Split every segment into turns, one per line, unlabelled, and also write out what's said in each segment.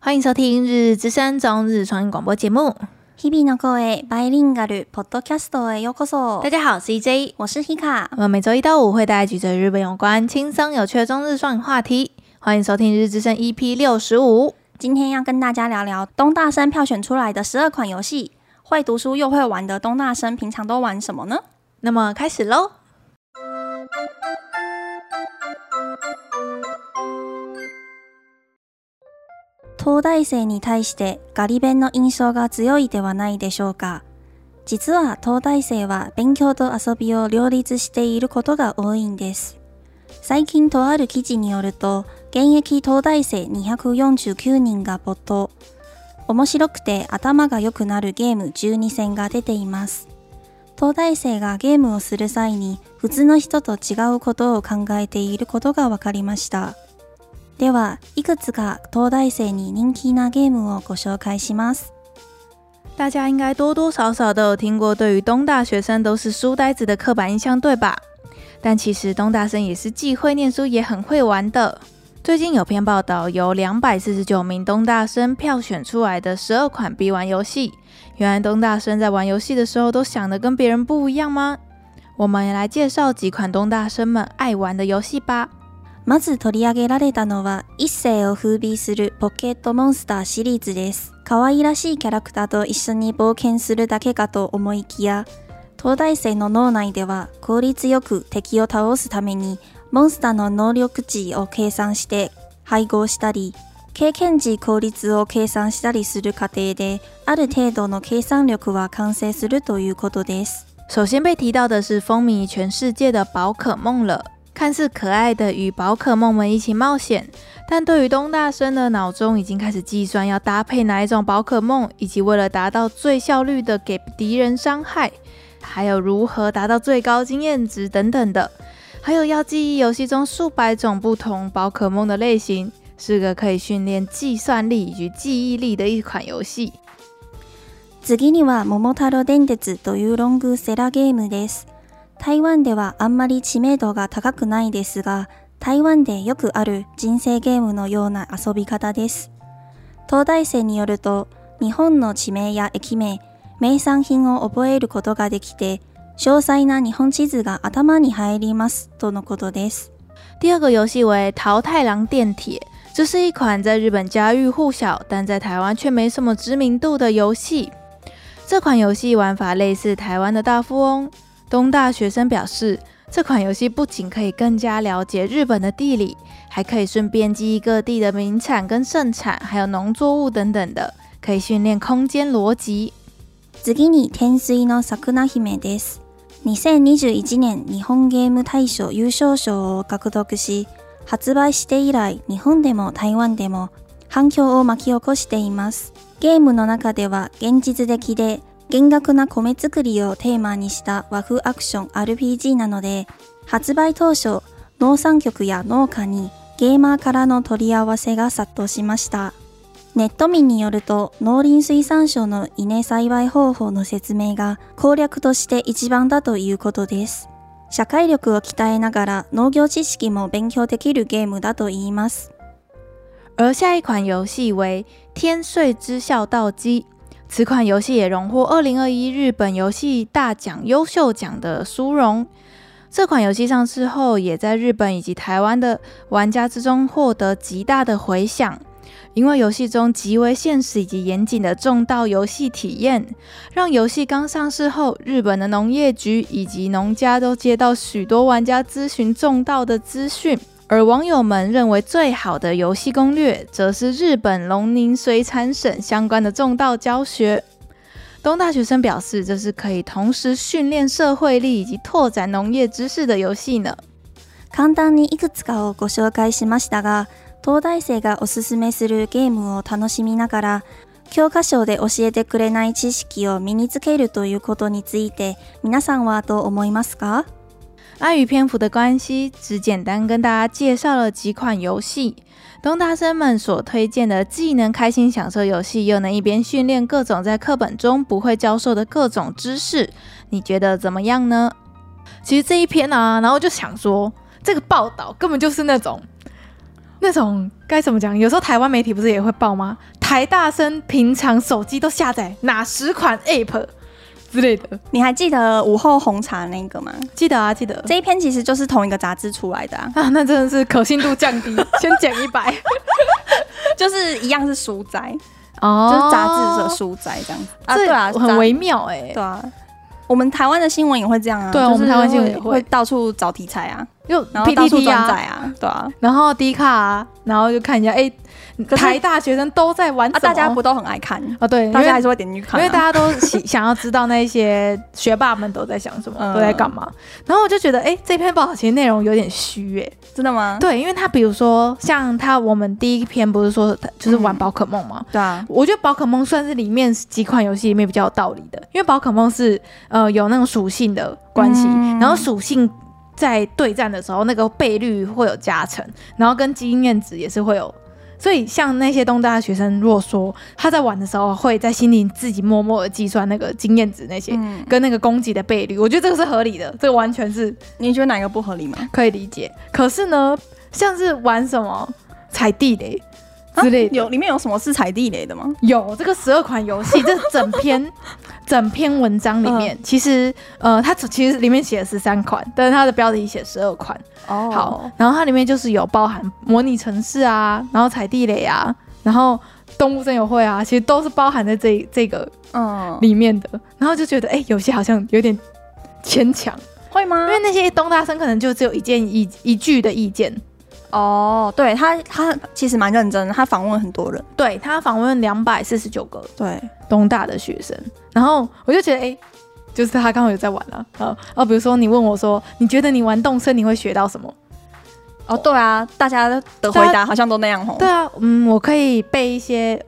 欢迎收听《日日之声》中日双语广播节目。
日々の声バイリンガルポッドキャストへようこそ
大。家好，我是 E EJ。
我是 Hika
我。们每周一到五会带来几则与日本有关、轻松有趣的中日双语话题。欢迎收听《日日之声》EP 六十五。
今天要跟大家聊聊东大生票选出来的十二款游戏。会读书又会玩的东大生，平常都玩什么呢？
那么开始喽。
東大生に対してガリ勉の印象が強いではないでしょうか。実は東大生は勉強と遊びを両立していることが多いんです。最近とある記事によると、現役東大生249人が没頭。面白くて頭が良くなるゲーム12選が出ています。東大生がゲームをする際に普通の人と違うことを考えていることが分かりました。ではいくつか東大生に人気なゲームをご紹介します
大家应该多多少少都有听过对于东大学生都是书呆子的刻板印象，对吧？但其实东大生也是既会念书也很会玩的。最近有篇报道，由两百四十九名东大生票选出来的十二款必玩游戏。原来东大生在玩游戏的时候都想的跟别人不一样吗？我们也来介绍几款东大生们爱玩的游戏吧。
まず取り上げられたのは一世を風靡するポケットモンスターシリーズです可愛らしいキャラクターと一緒に冒険するだけかと思いきや東大生の脳内では効率よく敵を倒すためにモンスターの能力値を計算して配合したり経験値効率を計算したりする過程である程度の計算力は完成するということです
首先被提到的是风靡全世界的宝可梦了。看似可爱的与宝可梦们一起冒险，但对于东大生的脑中已经开始计算要搭配哪一种宝可梦，以及为了达到最效率的给敌人伤害，还有如何达到最高经验值等等的，还有要记忆游戏中数百种不同宝可梦的类型，是个可以训练计算力以及记忆力的一款游戏。
次には桃太郎電鉄というロングセラーゲームです。台湾ではあんまり知名度が高くないですが、台湾でよくある人生ゲームのような遊び方です。東大生によると、日本の地名や駅名、名産品を覚えることができて、詳細な日本地図が頭に入りますとのことです。
第二个游戏为《桃太郎电铁》，这是一款在日本家喻户晓，但在台湾却没什么知名度的游戏。这款游戏玩法类似台湾的大富翁。东大学生表示，这款游戏不仅可以更加了解日本的地理，还可以顺便记忆各地的名产跟盛产，还有农作物等等的，可以训练空间逻辑。
次に天水の桜姫です。2021年日本ゲーム大賞優勝賞を獲得し、発売して以来日本でも台湾でも反響を巻き起こしています。ゲームの中では現実的で厳格な米作りをテーマにした和風アクション RPG なので、発売当初、農産局や農家にゲーマーからの問い合わせが殺到しました。ネット民によると農林水産省の稲栽培方法の説明が攻略として一番だということです。社会力を鍛えながら農業知識も勉強できるゲームだと言います。
而下一款游戏为《天穗之孝道机》，此款游戏也荣获2021日本游戏大奖优秀奖的殊荣。这款游戏上市后，也在日本以及台湾的玩家之中获得极大的回响，因为游戏中极为现实以及严谨的重道游戏体验，让游戏刚上市后，日本的农业局以及农家都接到许多玩家咨询重道的资讯。而网友们认为最好的游戏攻略，则是日本龙宁水产省相关的种稻教学。东大学生表示，这是可以同时训练社会力以及拓展农业知识的游戏呢。
簡単にいくつかをご紹介しましたが、東大生がおすすめするゲームを楽しみながら、教科書で教えてくれない知識を身につけるということについて、皆さんはどう思いますか
碍于篇幅的关系，只简单跟大家介绍了几款游戏。东大生们所推荐的，既能开心享受游戏，又能一边训练各种在课本中不会教授的各种知识，你觉得怎么样呢？其实这一篇呢、啊，然后就想说，这个报道根本就是那种
那种该怎么讲？有时候台湾媒体不是也会报吗？台大生平常手机都下载哪十款 App 之类的，
你还记得午后红茶那个吗？
记得啊，记得。
这一篇其实就是同一个杂志出来的、 啊，
啊，那真的是可信度降低，先 减一百。
就是一样是书斋，
哦
就是杂志社书斋这样子。啊，对啊，
这很
杂
微妙哎、
对啊。我们台湾的新闻也会这样啊，
对
就
啊
是
我们台湾新闻也会
会到处找题材啊，
就
然后到处
PPT
转载
啊，
啊，对啊，
然后 D 卡啊，然后就看一下，哎、
是
台大学生都在玩什
啊，
么？
大家不都很爱看，
哦，对，因
大
为
家还是会点进去看啊，
因为大家都喜想要知道那一些学霸们都在想什么，
嗯
都在干嘛。然后我就觉得，哎、这篇报道其实内容有点虚，哎，
真的吗？
对，因为他比如说像他我们第一篇不是说他就是玩
嗯
宝可梦嘛。
对啊，
我觉得宝可梦算是里面几款游戏里面比较有道理的，因为宝可梦是呃有那种属性的关系，
嗯
然后属性在对战的时候那个倍率会有加成，然后跟经验值也是会有。所以像那些东大的学生，如果说他在玩的时候会在心里自己默默的计算那个经验值那些。
嗯，
跟那个攻击的倍率，我觉得这个是合理的，这个完全是
你觉得哪个不合理吗？
可以理解。可是呢，像是玩什么踩地雷
啊
之类的，
有里面有什么是踩地雷的吗？
有这个十二款游戏，这整篇整篇文章里面，其实呃，它只其实里面写的十三款，但是它的标题写十二款。
哦
好，，然后它里面就是有包含模拟城市啊，然后踩地雷啊，然后动物森友会啊，其实都是包含在这这个
嗯，
里面的。然后就觉得，哎、有些好像有点牵强，
会吗
因？为那些东大生可能就只有一件一一句的意见。
哦，对他，他其实蛮认真的，他访问很多人，
对他访问两百四十九个
对，
东大的学生，然后我就觉得，哎、就是他刚好有在玩了、啊，啊啊，比如说你问我说，你觉得你玩动森你会学到什么？
哦，对啊，大家的回答好像都那样吼，
对啊，嗯，我可以背一些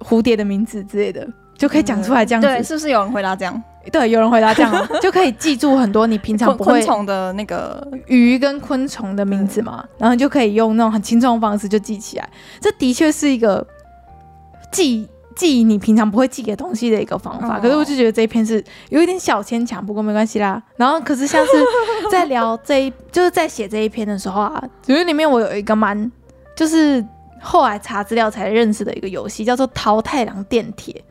蝴蝶的名字之类的，就可以讲出来这样
嗯
子。
对，是不是有人回答这样？
对有人回答这样哦，就可以记住很多你平常
昆
不会
昆虫的那个，
鱼跟昆虫的名字嘛，然后你就可以用那种很轻松的方式就记起来。这的确是一个记记你平常不会记的东西的一个方法。
哦
可是我就觉得这一篇是有一点小牵强，不过没关系啦。然后可是像 是在聊这一，就是在写这一篇的时候啊，只是里面我有一个蛮就是。后来查资料才认识的一个游戏叫做《桃太郎电铁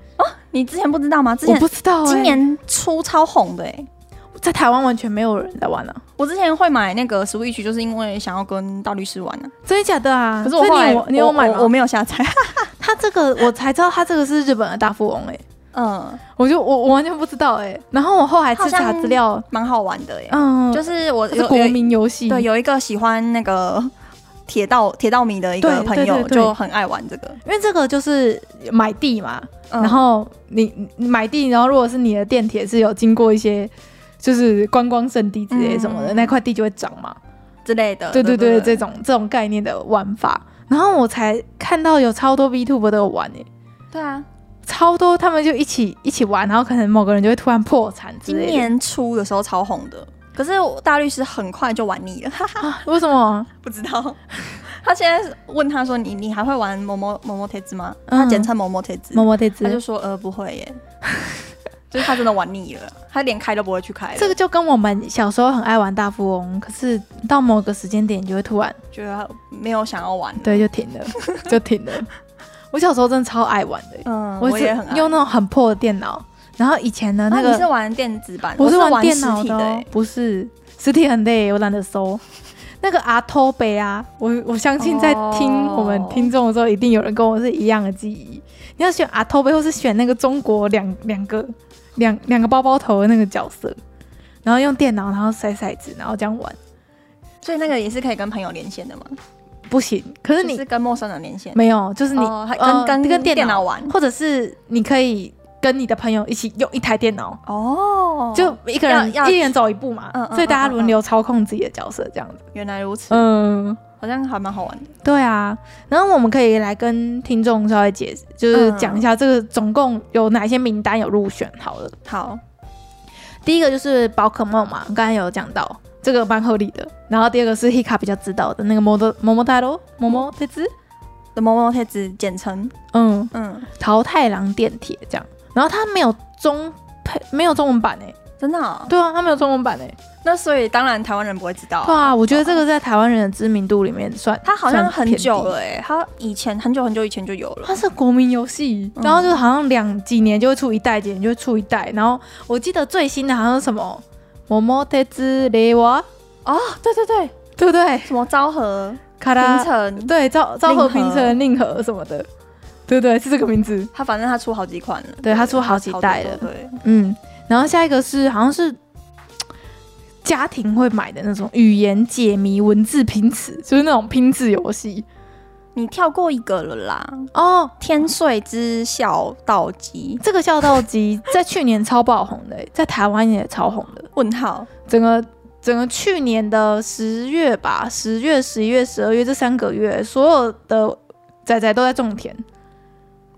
你之前不知道吗？之》，
我
前
不知道、欸，
今年初超红的哎。
在台湾完全没有人在玩啊，
我之前会买那个 Switch，就是因为想要跟大律师玩啊。
真的假的啊？
可是我
所
后
以
来
你有你有买吗
我我我没有下 载。
他这个我才知道，他这个是日本的大富翁哎、
嗯，
我就我我完全不知道哎、然后我后来去查资料，
蛮好玩的耶。
嗯，
就是是我
是
有
国
有
民游戏，
对，有一个喜欢那个 铁道铁道迷的一个
对
朋
对
友
对，对
就很爱玩这个。
因为这个就是买地嘛，
嗯
然后你你买地，然后如果是你的电铁是有经过一些。就是观光圣地之类什么的，
嗯
那块地就会涨嘛。
之类的，
嗯对对对，这
对，
种这种概念的玩法。然后我才看到有超多 VTuber 都有玩诶、
对啊。
超多他们就一起一起玩，然后可能某个人就会突然破产之
今
类的。
年初的时候超红的，可是我大律师很快就玩腻了，哈哈，
啊为什么？
不知道。 他现在问他说：“你你还会玩某某某某贴子吗？”
嗯
他简称某某贴子，
么么得子
他就说：“呃，不会 耶。”就是他真的玩腻了，他连开都不会去开了，
这个就跟我们小时候很爱玩大富翁，可是到某个时间点，你就会突然
觉得他没有想要玩。
对就停 了，就停了。我小时候真的超爱玩的、
嗯，我
是
也很爱。
用那种很破的电脑，然后以前的那
啊
个、
你是玩电子版，
我
我
是
玩
电
实
脑
体的欸
哦
耶，
不是实体很累，我懒得收。 那个阿托北啊，我我相信在听
哦
我们听众的时候，一定有人跟我是一样的记忆。你要选阿托北，或是选那个中国两两个两两个包包头的那个角色，然后用电脑，然后甩骰子，然后这样玩。
所以那个也是可以跟朋友连线的嘛，
不行。可是
就
你、
是跟陌生人连线。
没有，就是你、
哦，还
呃
跟跟
跟电
电
脑
脑玩
或者是你可以跟你的朋友一起用一台电脑，
哦，
就一个人
要要
一人走一步嘛，
嗯嗯
所以大家轮流操控自己的角色这样子。
原来如此，
嗯，
好像还蛮好玩的。
对啊。然后我们可以来跟听众稍微解释，就是
嗯
讲一下这个总共有哪些名单有入选好了。
好，
第一个就是宝可梦嘛，刚才有讲到。这个蛮合理的，然后第二个是 Hika 比较知道的那个摩托摩摩太郎摩摩太子，
的某某贴纸简称，
嗯，
嗯，
桃太郎电铁这样，然后它没有中配，没有中文版哎、
真的、哦？
对啊，它没有中文版诶、
那所以当然台湾人不会知道
对
啊。
啊，我觉得这个在台湾人的知名度里面算，
它好像
算
很
偏低
久了哎、它以前很久很久以前就有了
它。是国民游戏，
嗯
然后就好像两几年就会出一代，几年就会出一代。然后我记得最新的好像是什么《桃もてつれは》，
哦，对对对，
对不对？
什么昭和、
卡
平
拉
成，
对昭昭和
令和
平成令和什么的，对不对？是这个名字。
它反正它出好几款了。
对它出好几代了
好多对，
嗯，然后下一个是好像是家庭会买的那种语言解谜文字拼词，就是那种拼字游戏
你跳过一个了啦，
哦。
《天睡之孝道机
这个孝道集在去年超爆红的、在台湾也超红的。》
问号，
整个整个去年的十月吧，十月、十一月、十二月这三个月，所有的仔仔都在种田。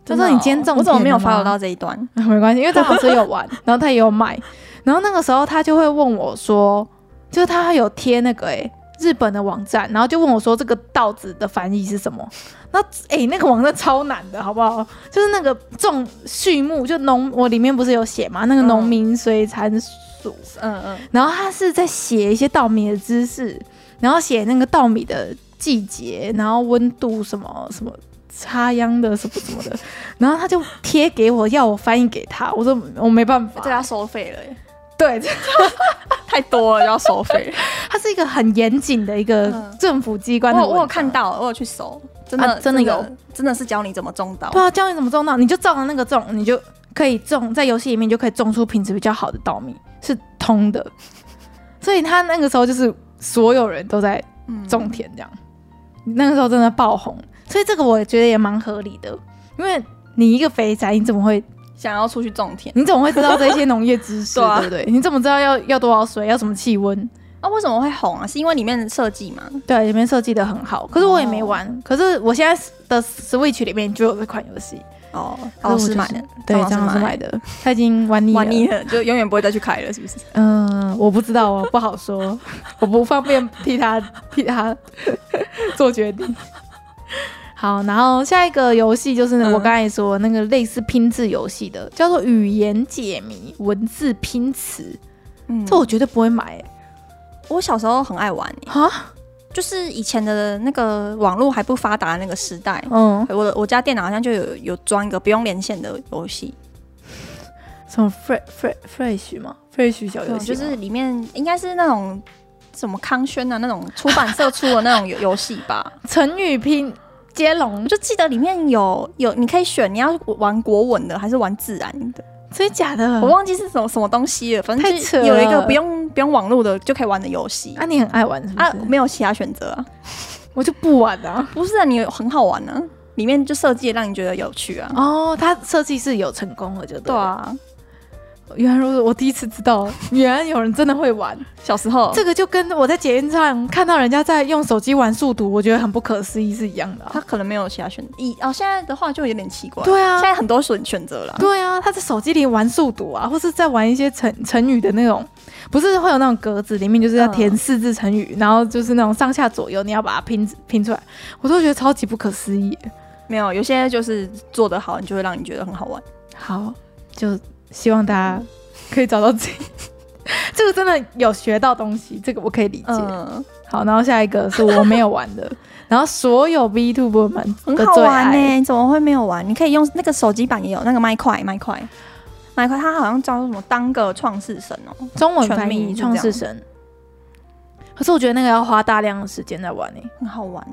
他
真
说
的哦
你今天种田了吗
我怎么没有 follow 到这一段？
没关系，因为张老师有 玩，然后他也有买，然后那个时候他就会问我说，就是他有贴那个诶、欸日本的网站，然后就问我说这个稻子的翻译是什么？那诶、那个网站超难的，好不好？就是那个种畜牧，就农，我里面不是有写嘛，那个农
嗯
民水产署
嗯嗯，
然后他是在写一些稻米的知识，然后写那个稻米的季节，然后温度什么什么插秧的什么什么的，然后他就贴给我，要我翻译给他，我说我没办法，
这要收费了耶，欸
对，
太多了要收 费。
他是一个很严谨的一个
嗯
政府机关
我
的
有我有
文章
看。到，我有去搜，真的、
啊真的有，
真的是教你怎么种稻
对。啊，教你怎么种稻，你就照着那个种，你就可以种在游戏里面就可以种出品质比较好的稻米，是通的。所以他那个时候就是所有人都在
嗯
种田这样。那个时候真的爆红，所以这个我觉得也蛮合理的，因为你一个肥宅，你怎么会
想要出去种田
你怎么会知道这些农业知识，
对啊
对不对？你怎么知道要要多少水，要什么气温？
啊？为什么会红啊？是因为里面的设计嘛？
对，啊里面设计的很好，可是我也没玩。
哦
可是我现在的 Switch 里面就有这款游戏，
哦，
可
老
是我
师
就是
买的，
对，
张
张老师买
的，
的，他已经玩腻
啊
了。
玩腻了 就永远不会再去开了，是不是？
嗯，我不知道哦，不好 说，我不方便替他替他做决定。好，然后下一个游戏就是
嗯
我刚才说那个类似拼字游戏的，叫做语言解谜、文字拼词，
嗯
这我绝对不会买欸
我小时候很爱玩欸耶，
啊，
就是以前的那个网络还不发达的那个时代，
嗯，
我的我家电脑好像就有有装一个不用连线的游戏，
什么 fresh fresh fresh 吗？fresh 小游戏
就
啊吗
是里面应该是那种什么康轩啊那种出版社出的那种游 游戏吧。
成语拼接龙
我，就记得里面有有，你可以选你要玩国文的还是玩自然的，
真的假的？
我忘记是什么什么东西嗯了，反正
太
就
扯
是有一个
了
不用不用网络的就可以玩的游戏
啊，你很爱玩是不是？
啊，没有其他选择啊。
我就不玩啊。
不是啊，你很好玩啊，里面就设计得让你觉得有趣啊。
哦，它设计是有成功了，就
对
了
啊，
原来如此，我第一次知道，原来有人真的会玩。
小时候
这个就跟我在捷运上看到人家在用手机玩速读，我觉得很不可思议是一样的啊、
他可能没有其他选择。以哦，现在的话就有点奇怪，
对啊
现，在很多选选择了。
对啊，他在手机里玩速读啊，或是在玩一些成成语的那种，不是会有那种格子，里面就是要填
嗯
四字成语，然后就是那种上下左右，你要把它拼拼出来，我都觉得超级不可思议。
没有，有些就是做得好，你就会让你觉得很好玩。
好，就希望大家可以找到 自己。这个真的有学到东西，这个我可以理解。
嗯，
好，然后下一个是我没有玩 的，然后所有 B two 部门
很
的
好
最
玩呢、欸
爱，
你怎么会没有玩？你可以用那个手机版也有那个麦块，麦块，麦块，它好像叫做什么当个创世神哦、
中文翻
全
译
名
《
是这样
创世神》。可是我觉得那个要花大量的时间在玩诶、
很好玩，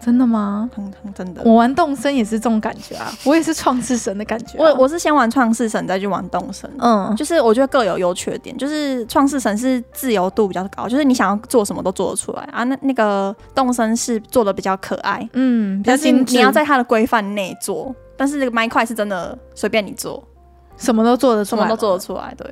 真的吗？
很很真的。
我玩动森也是这种感觉啊，我也是创世神的感觉啊、
我我是先玩创世神，再去玩动神。
嗯，
就是我觉得各有优缺点，就是创世神是自由度比较高，就是你想要做什么都做得出来啊。那那个动森是做的比较可爱，
嗯，比较
但是
精致，
你要在它的规范内做。但是那个麦块是真的随便你做，
什么都做得出
什
来，
么都做得，出来。对，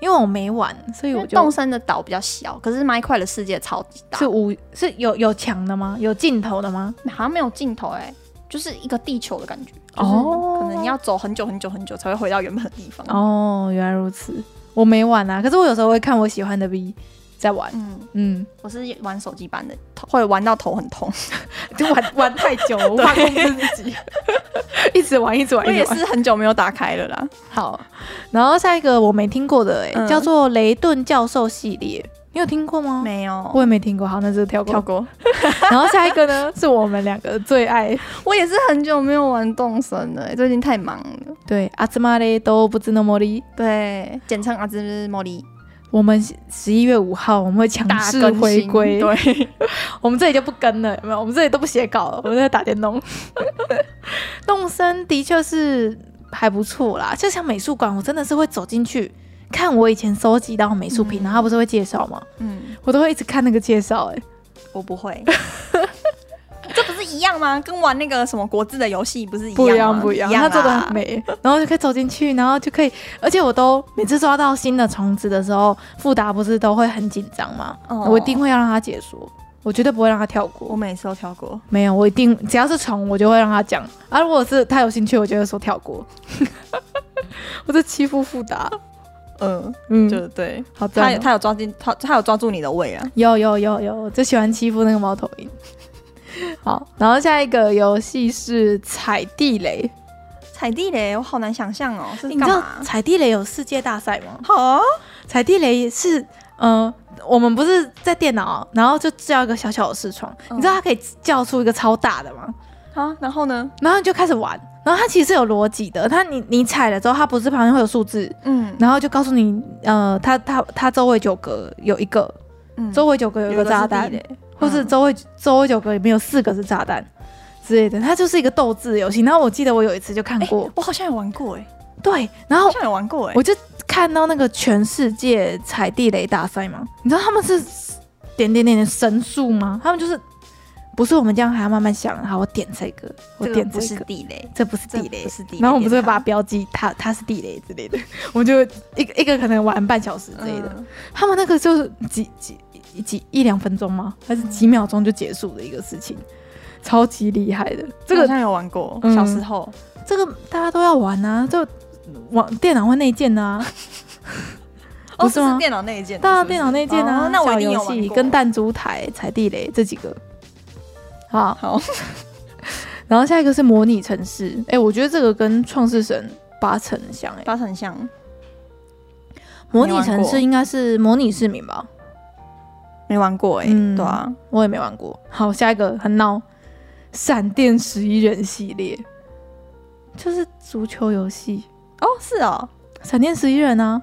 因为我没玩，所以
因
我
为
就
动森的岛比较小，可是麦块的世界超级大，
是无是有有墙的吗？有尽头的吗？
好像没有尽头哎、就是一个地球的感觉。
哦哦
哦，可能你要走很久很久很久才会回到原本的地方。
哦，原来如此，我没玩啊，可是我有时候会看我喜欢的 V
在玩。
嗯，
嗯，
我是玩手机版的，头会玩到头很痛。
就玩玩太 久，无法控制自己，一直玩，一直玩，
我
一
也
直玩。
是很久没有打开了啦。
好，
然后下一个我没听过的、欸，
嗯
叫做雷顿教授系列，你有听过吗？
没有，
我也没听过。好，那就跳过。
跳过。
然后下一个呢，是我们两个最爱，
我也是很久没有玩动森了，欸最近太忙了。
对，阿兹玛雷都不知の森。
对，简称阿兹莫莉
我们十一月五号我们会强
大
势
更
回
新
归，
对，
我们这里就不跟了，有没有？我们这里都不写稿了，我们在打电动。 动森的确是还不错啦，就像美术馆，我真的是会走进去看我以前收集到的美术品，
嗯
然后它不是会介绍吗？
嗯，
我都会一直看那个介绍、欸，
我不会。 这不是一样吗？跟玩那个什么国字的游戏不是一样
不一
吗
样不一样，
一样啊
它做的
啦
很美，然后就可以走进去，然后就可以，而且我都每次抓到新的虫子的时候，富达不是都会很紧张吗？
哦
我一定会要让他解说，我绝对不会让他跳过
我。每次都跳过。
没有，我一定只要是虫，我就会让他讲。啊，如果是他有兴趣，我就会说跳 过。我在欺负富达，
嗯，
嗯，
就对，啊
好
他
赞
有
哦、
他有抓进他他有抓住你的胃啊。
有有有有，我最喜欢欺负那个猫头鹰。好，然后下一个游戏是踩地雷。
踩地雷，我好难想象哦，是
你知
干
道
嘛？
踩地雷有世界大赛吗？
好，
踩地雷是，呃，我们不是在电脑，然后就叫一个小小的视窗，
嗯
你知道它可以叫出一个超大的吗？
好，啊然后呢？
然后你就开始玩，然后它其实是有逻辑的，它你你踩了之后，它不是旁边会有数字，
嗯
然后就告诉你，呃，它它它周围九格有一个，
嗯
周围九格有一个炸
有
弹
一个是地雷，
或是周围周围九格里面有四个是炸弹。之类的，它就是一个斗智游戏。然后我记得我有一次就看
哎
过，
我好像有玩过哎，
对，然后
好像有玩过哎
我，就看到那个全世界踩地雷大赛嘛，你知道他们是点点点的神速吗？他们就是不是我们这样还要慢慢想，好，我点这个，我
这个
点
不
这
是
个，
地雷，
这不是
这
地雷
不。是地雷。
然后我们就
点
会
啊它
把它标记它它是地雷之类的， 我们就会一个一个可能玩半小时之类的。
嗯
他们那个就是几几几一两分钟吗？还是几秒钟就结束的一个事情，超级厉害的。
这
这
个
个
好像有玩过，
嗯
小时候
这个大家都要玩啊，就网电脑会内建的啊。不
哦，
是
这
吗
是电脑那一件的，
大
是不是
电脑那件啊，
哦那我
小
一定
游
有玩
戏
过
跟弹珠台、踩地雷这几个。好，
好，
然后下一个是模拟城市，哎、我觉得这个跟创世神八成很像、哎，
八成像
模拟
没
城
玩过
市应该是模拟市民吧？
没玩过哎，
嗯
对啊，
我也没玩过。好，下一个很闹，闪电十一人系列，就是足球游戏，
哦是哦，
闪电十一人啊，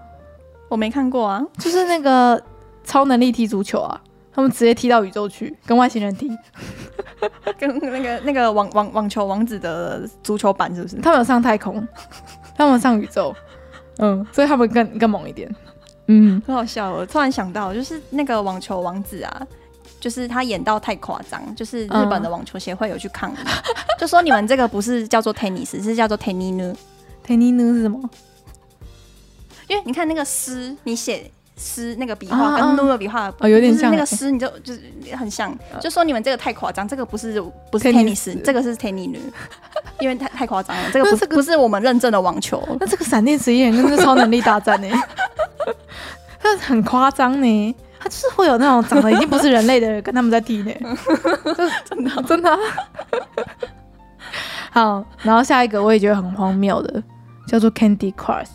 我没看过啊，
就是那个 超能力踢足球啊，他们直接踢到宇宙去，跟外星人踢。
跟那个那个网网网球王子的足球版是不是？
他们有上太空，他们有上宇宙，嗯，所以他们更更猛一点。嗯，
很好笑，哦我突然想到，就是那个网球王子啊，就是他演到太夸张，就是日本的网球协会有去抗议，就说你们这个不是叫做 tennis，是叫做 tennis，
泰尼努是什么？
因为你看那个诗，你写。诗那个笔
啊
画
啊
跟努的笔画
哦有点
就是
像
那个诗，你就就是很像，就说你们这个太夸张，这个不是不是
tennis
tennis，这个是 tennis，因 为太太夸张了，这个
那
不
这个
不是我们认证的网球，
那这个闪电十一人跟这个超能力大战呢、欸 他很夸张呢，他就是会有那种长得已经不是人类的人跟他们在 踢呢、真
哦
的真的啊、好，然后下一个我也觉得很荒谬的，叫做 Candy Crush。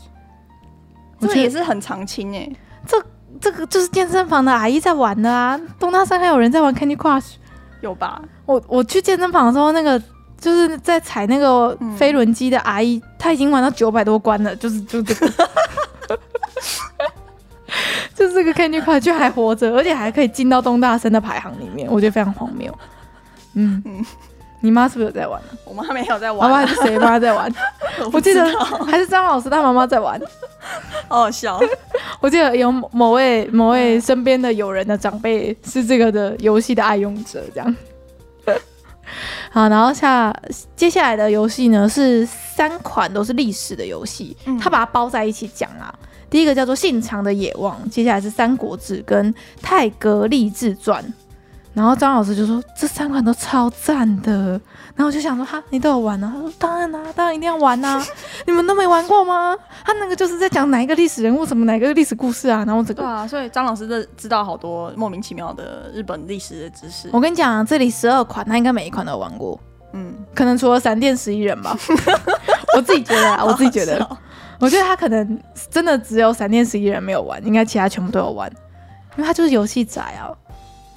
这
我
个
觉
也
得
是很常青哎、
这个就是健身房的阿姨在玩的啊，东大山还有人在玩 Candy Crush。
有吧？
我我去健身房的时候，那个就是在踩那个
嗯
飞轮机的阿姨，她已经玩到九百多关了，就是 就这个，就是这个 Candy Crush 居然还活着，而且还可以进到东大生的排行里面，我觉得非常荒谬。嗯
嗯
你妈是不是有在玩？
我妈没有在玩
娃
啊、
娃还是谁妈在 玩？
不
我记
知
得
道
还是张老师他妈妈在玩。
好好 笑。
我记得有某某位某位身边的友人的长辈是这个的游戏的爱用者，这样。好，然后下接下来的游戏呢是三款都是历史的游戏，
嗯
它把它包在一起讲啦。第一个叫做《信长的野望》，接下来是《三国志》跟《泰格励志传》。然后张老师就说这三款都超赞的， 然后我就想说哈，你都有玩啊？他说当然啦、当然一定要玩啊！你们都没玩过吗？啊，那个就是在讲哪一个历史啊人物，什么哪个历史故事啊，然后这
对
个。
啊，所以张老师这知道好多莫名其妙的日本历史的知识。
我跟你讲、啊这里十二款，他应该每一款都有玩过，
嗯，
可能除了闪电十一 人吧。我自己觉得啊，我自己觉得，
好好笑
我觉得他可能真的只有闪电十一人没有玩，应该其他全部都有玩，因为他就是游戏宅啊。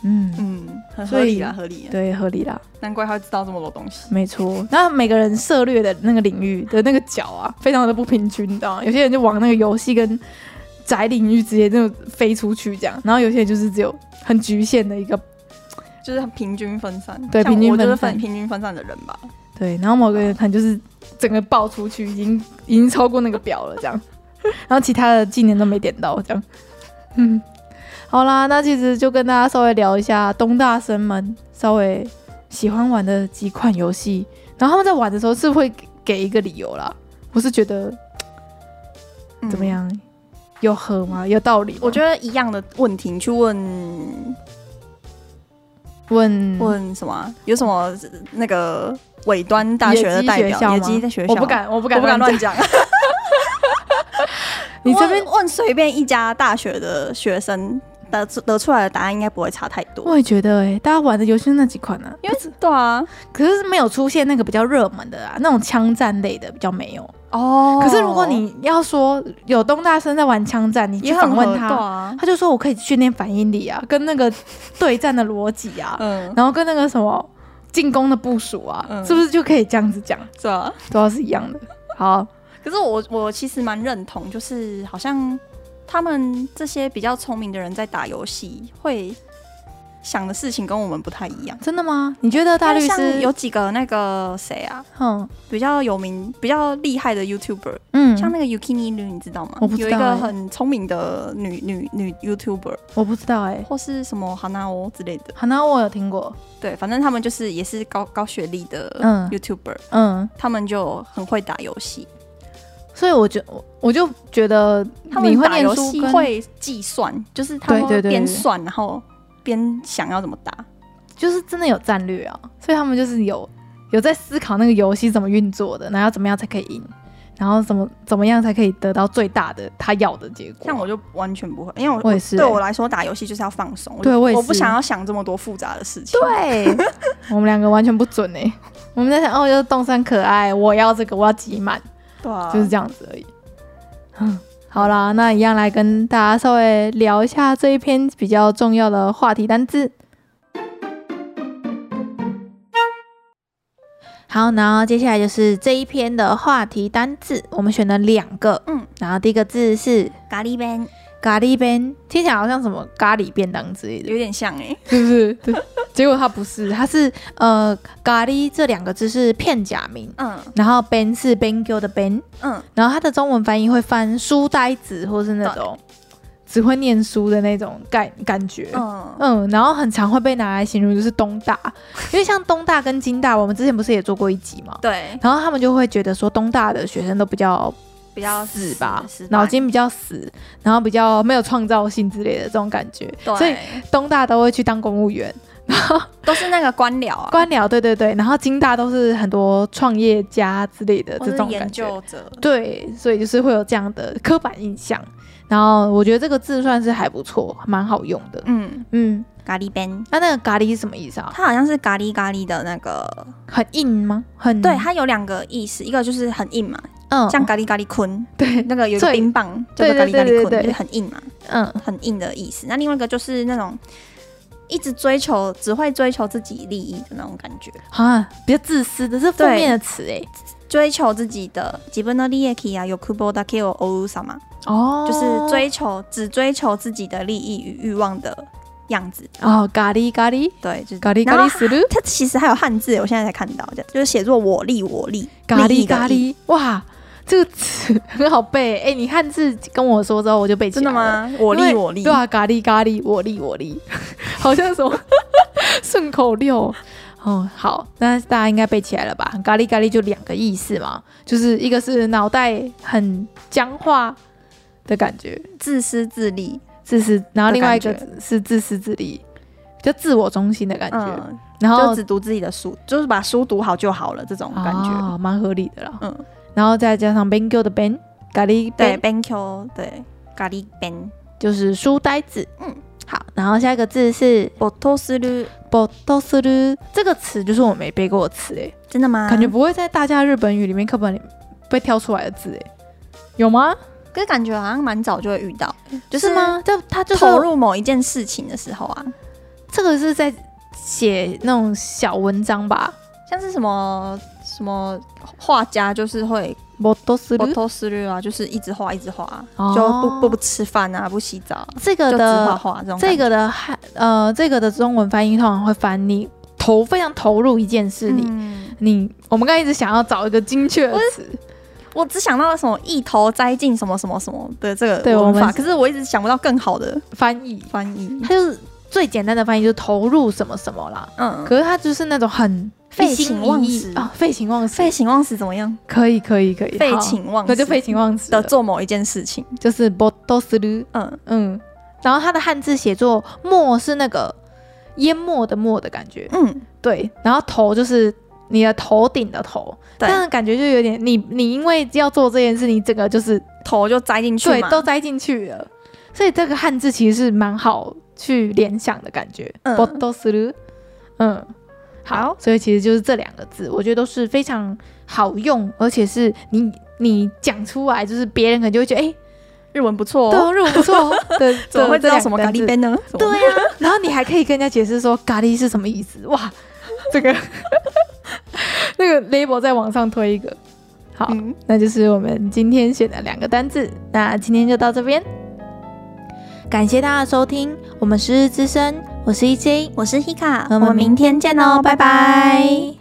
嗯，
嗯，很
所
合
以
理
啊
啦，合理啦。
对，合理啦，
难怪他会知道这么多东西。
没错。那每个人涉猎的那个领域的那个角啊，非常的不平均，你知道吗？有些人就往那个游戏跟宅领域直接就飞出去这样，然后有些人就是只有很局限的一个
就是很平均分散。
对
像
平均
我就是
分散
分平均分散的人吧。
对，然后某个人可能就是整个爆出去，已经已经超过那个表了这样，然后其他的技能都没点到这样。嗯，好啦，那其实就跟大家稍微聊一下东大生们稍微喜欢玩的几款游戏，然后他们在玩的时候是会给给一个理由啦。我是觉得
嗯
怎么？样？有合吗？有道理吗？
我觉得一样的问题，你去
嗯
问
得问
问什么啊？有什么那个尾端大学的代
野鸡
表？
学校
野
吗
鸡的学校，
我不，敢，我不
不
敢，
我不敢乱
乱讲。
讲。
你这边
问问随便一家大学的学生得出得出来的答案，应该不会差太多。
我也觉得哎、大家玩的游戏那几款呢、
因为对啊，
可是没有出现那个比较热门的啊，那种枪战类的比较没有。
哦
可是如果你要说有东大生在玩枪战，你去
也
访
很合
问
对
他，
啊，
他就说我可以训练反应力啊，跟那个对战的逻辑啊，
嗯，
然后跟那个什么进攻的部署啊，
嗯
是不是就可以这样子讲？
是啊。
都要是一样的。好，
可是我我其实蛮认同，就是好像他们这些比较聪明的人在打游戏会想的事情跟我们不太一样。
真的吗？你觉得大律
但
师
像有几个那个谁啊，
嗯
比较有名、比较厉害的 YouTuber，、
嗯，
像那个 Yuki n i l 你知道吗？
我不知道
有一个
欸
很聪明的女女女 YouTuber，
我不知道哎、
或是什么 Hanao 之类的。
好，那我有听过，
对，反正他们就是也是高高学历的
嗯
YouTuber，、
嗯，
他们就很会打游戏，
所以我就我就觉得
他
你
们
会
打
念
游
书
戏
跟
会计算，就是他
对对
们
对
边
对
算然后边想要怎么打。
就是真的有战略啊，所以他们就是有有在思考那个游戏怎么运作的，然后要怎么样才可以赢，然后怎么怎么样才可以得到最大的他要的结果。
像我就完全不会，因为我
我也是欸
对我来说打游戏就是要放松，我就
对我也
我不
是
想要想这么多复杂的事情。
对，我们两个完全不准哎、我们在想哦，就是东山可爱，我要这个，我要集满，
对啊，
就是这样子而已。 嗯，好啦，那一样来跟大家稍微聊一下这一篇比较重要的话题单字。好，然后接下来就是这一篇的话题单字，我们选了两个，
嗯，
然后第一个字是
咖喱弁、
咖喱便，听起来好像什么咖喱便当之类的
有，点像哎、
是不是？ 对，结果它不是，它是呃咖喱这两个字是片假名，
嗯
然后 ben 是 bengu 的 ben，
嗯，
然后它的中文翻译会翻书呆子，或是那种只会念书的那种感感觉。嗯
嗯，
然后很常会被拿来形容就是东大，因为像东大跟京大，我们之前不是也做过一集嘛，
对，
然后他们就会觉得说东大的学生都比较
比较
死吧
死，
脑筋比较死，然后比较没有创造性之类的这种感觉，
对，
所以东大都会去当公务员，
都是那个官僚啊，
官僚对对对，然后京大都是很多创业家之类的
或
这
是
种
研
感觉，
究者，
对，所以就是会有这样的刻板印象。然后我觉得这个字算是还不错，蛮好用的。
嗯，
嗯，
咖喱弁。
那、那个咖喱是什么意思啊？
它好像是咖喱咖喱的那个，
很硬吗？很
对，它有两个意思，一个就是很硬嘛，
嗯
像咖喱咖喱坤，
对
那个有一
最
个冰棒叫
对
做
对
咖喱咖
对对
喱坤，
对
就是很硬嘛，
嗯
很硬的意思。那另外一个就是那种一直追求，只会追求自己利益的那种感觉，
啊，比较自私的，这是负
对
面的词哎。
追求自己的自分の利益啊，有欲望だけを追う様，
哦
就是追求只追求自己的利益与欲望的样子。
哦咖喱咖喱
对，就是
咖喱
然
咖
后
喱死る
它其实还有汉字，我现在才看到，这样就是写作我利我利，
咖
利益
喱
的
咖
利，
喱，哇，这个词 很好背哎、你汉字跟我说之后我就背起
真
来
的
了。
吗？我
因
力
为
我力，
对啊，咖喱咖喱，我力 我力，好像什么 顺口溜。哦，好，那大家应该背起来了吧？咖喱咖喱就两个意思嘛，就是一个是脑袋很僵化的感觉，
自私自利，
自私，然后
的
另外一个
感觉
是自私自利，比较自我中心的啊感觉，
嗯，
然后
就只读自己的书，就是把书读好就好了，这种感觉。
啊蛮合理的啦。
嗯
然后再加上 b e n g o 的 ben，咖喱
对
杯，
，BenQ，对，咖喱 Ben。
就是书呆子。
嗯，
好，然后下一个字是
ボトスル，
b o t o s u 这个词就是我没背过的词欸诶、
真的吗？
感觉，不会在大家日本语里面课本里被挑出来的字诶、欸有吗？
可是感觉好像蛮早就会遇到，就是
吗？这它就是
投入某一件事情的时候啊，
这个是在写那种小文章吧
像是什么什么画家，就是会
b o t o s
我
u
偷思虑啊，就是一直画一直画啊，
哦
就不不不吃饭啊，不洗澡啊，
这
就
个
只画
的
画这种感觉。
这个的汉呃这个的中文翻译通常会翻你投非常投入一件事里，
嗯
你我们刚才一直想要找一个精确的词，
我只想到了什么一头栽进什么什么什么的这个
对
文
我
法，
们
可是我一直想不到更好的
翻译，
翻译。
它就是最简单的翻译就是投入什么什么啦。
嗯，
可是它就是那种很
废
一心
寝
一
忘
意
食
啊，废寝忘食，
废寝忘食怎么样？
可以可以可以，
废
好，
寝忘食，
那就废寝忘食
的
了，
做某一件事情。
就是 b o t o s u
嗯，
嗯，然后它的汉字写作“没”是那个淹没的“没”的感觉，
嗯，
对，然后“头”就是你的头顶的“头”，
对
这样的感觉就有点你你因为要做这件事，你整个就是
头就栽进去
对
嘛。
都栽进去了，所以这个汉字其实是蛮好去联想的感觉。
嗯
b o t o s u 嗯，好
好，
所以其实就是这两个字，我觉得都是非常好用，而且是你你讲出来，就是别人可能就会觉得哎。
日文不错
对
哦，
哦，日文 不错哦。对，
怎么会知道什么咖
感
喱边呢？什么
对呀、然后你还可以跟人家解释说咖喱是什么意思。哇， 这个那个 label 在往上推一个。好，
嗯，
那就是我们今天选的两个单字。那今天就到这边，感谢大家的收听，我们是日之声，我是 E J，
我是 Hika，
我
我
们
们明天见哦，拜拜。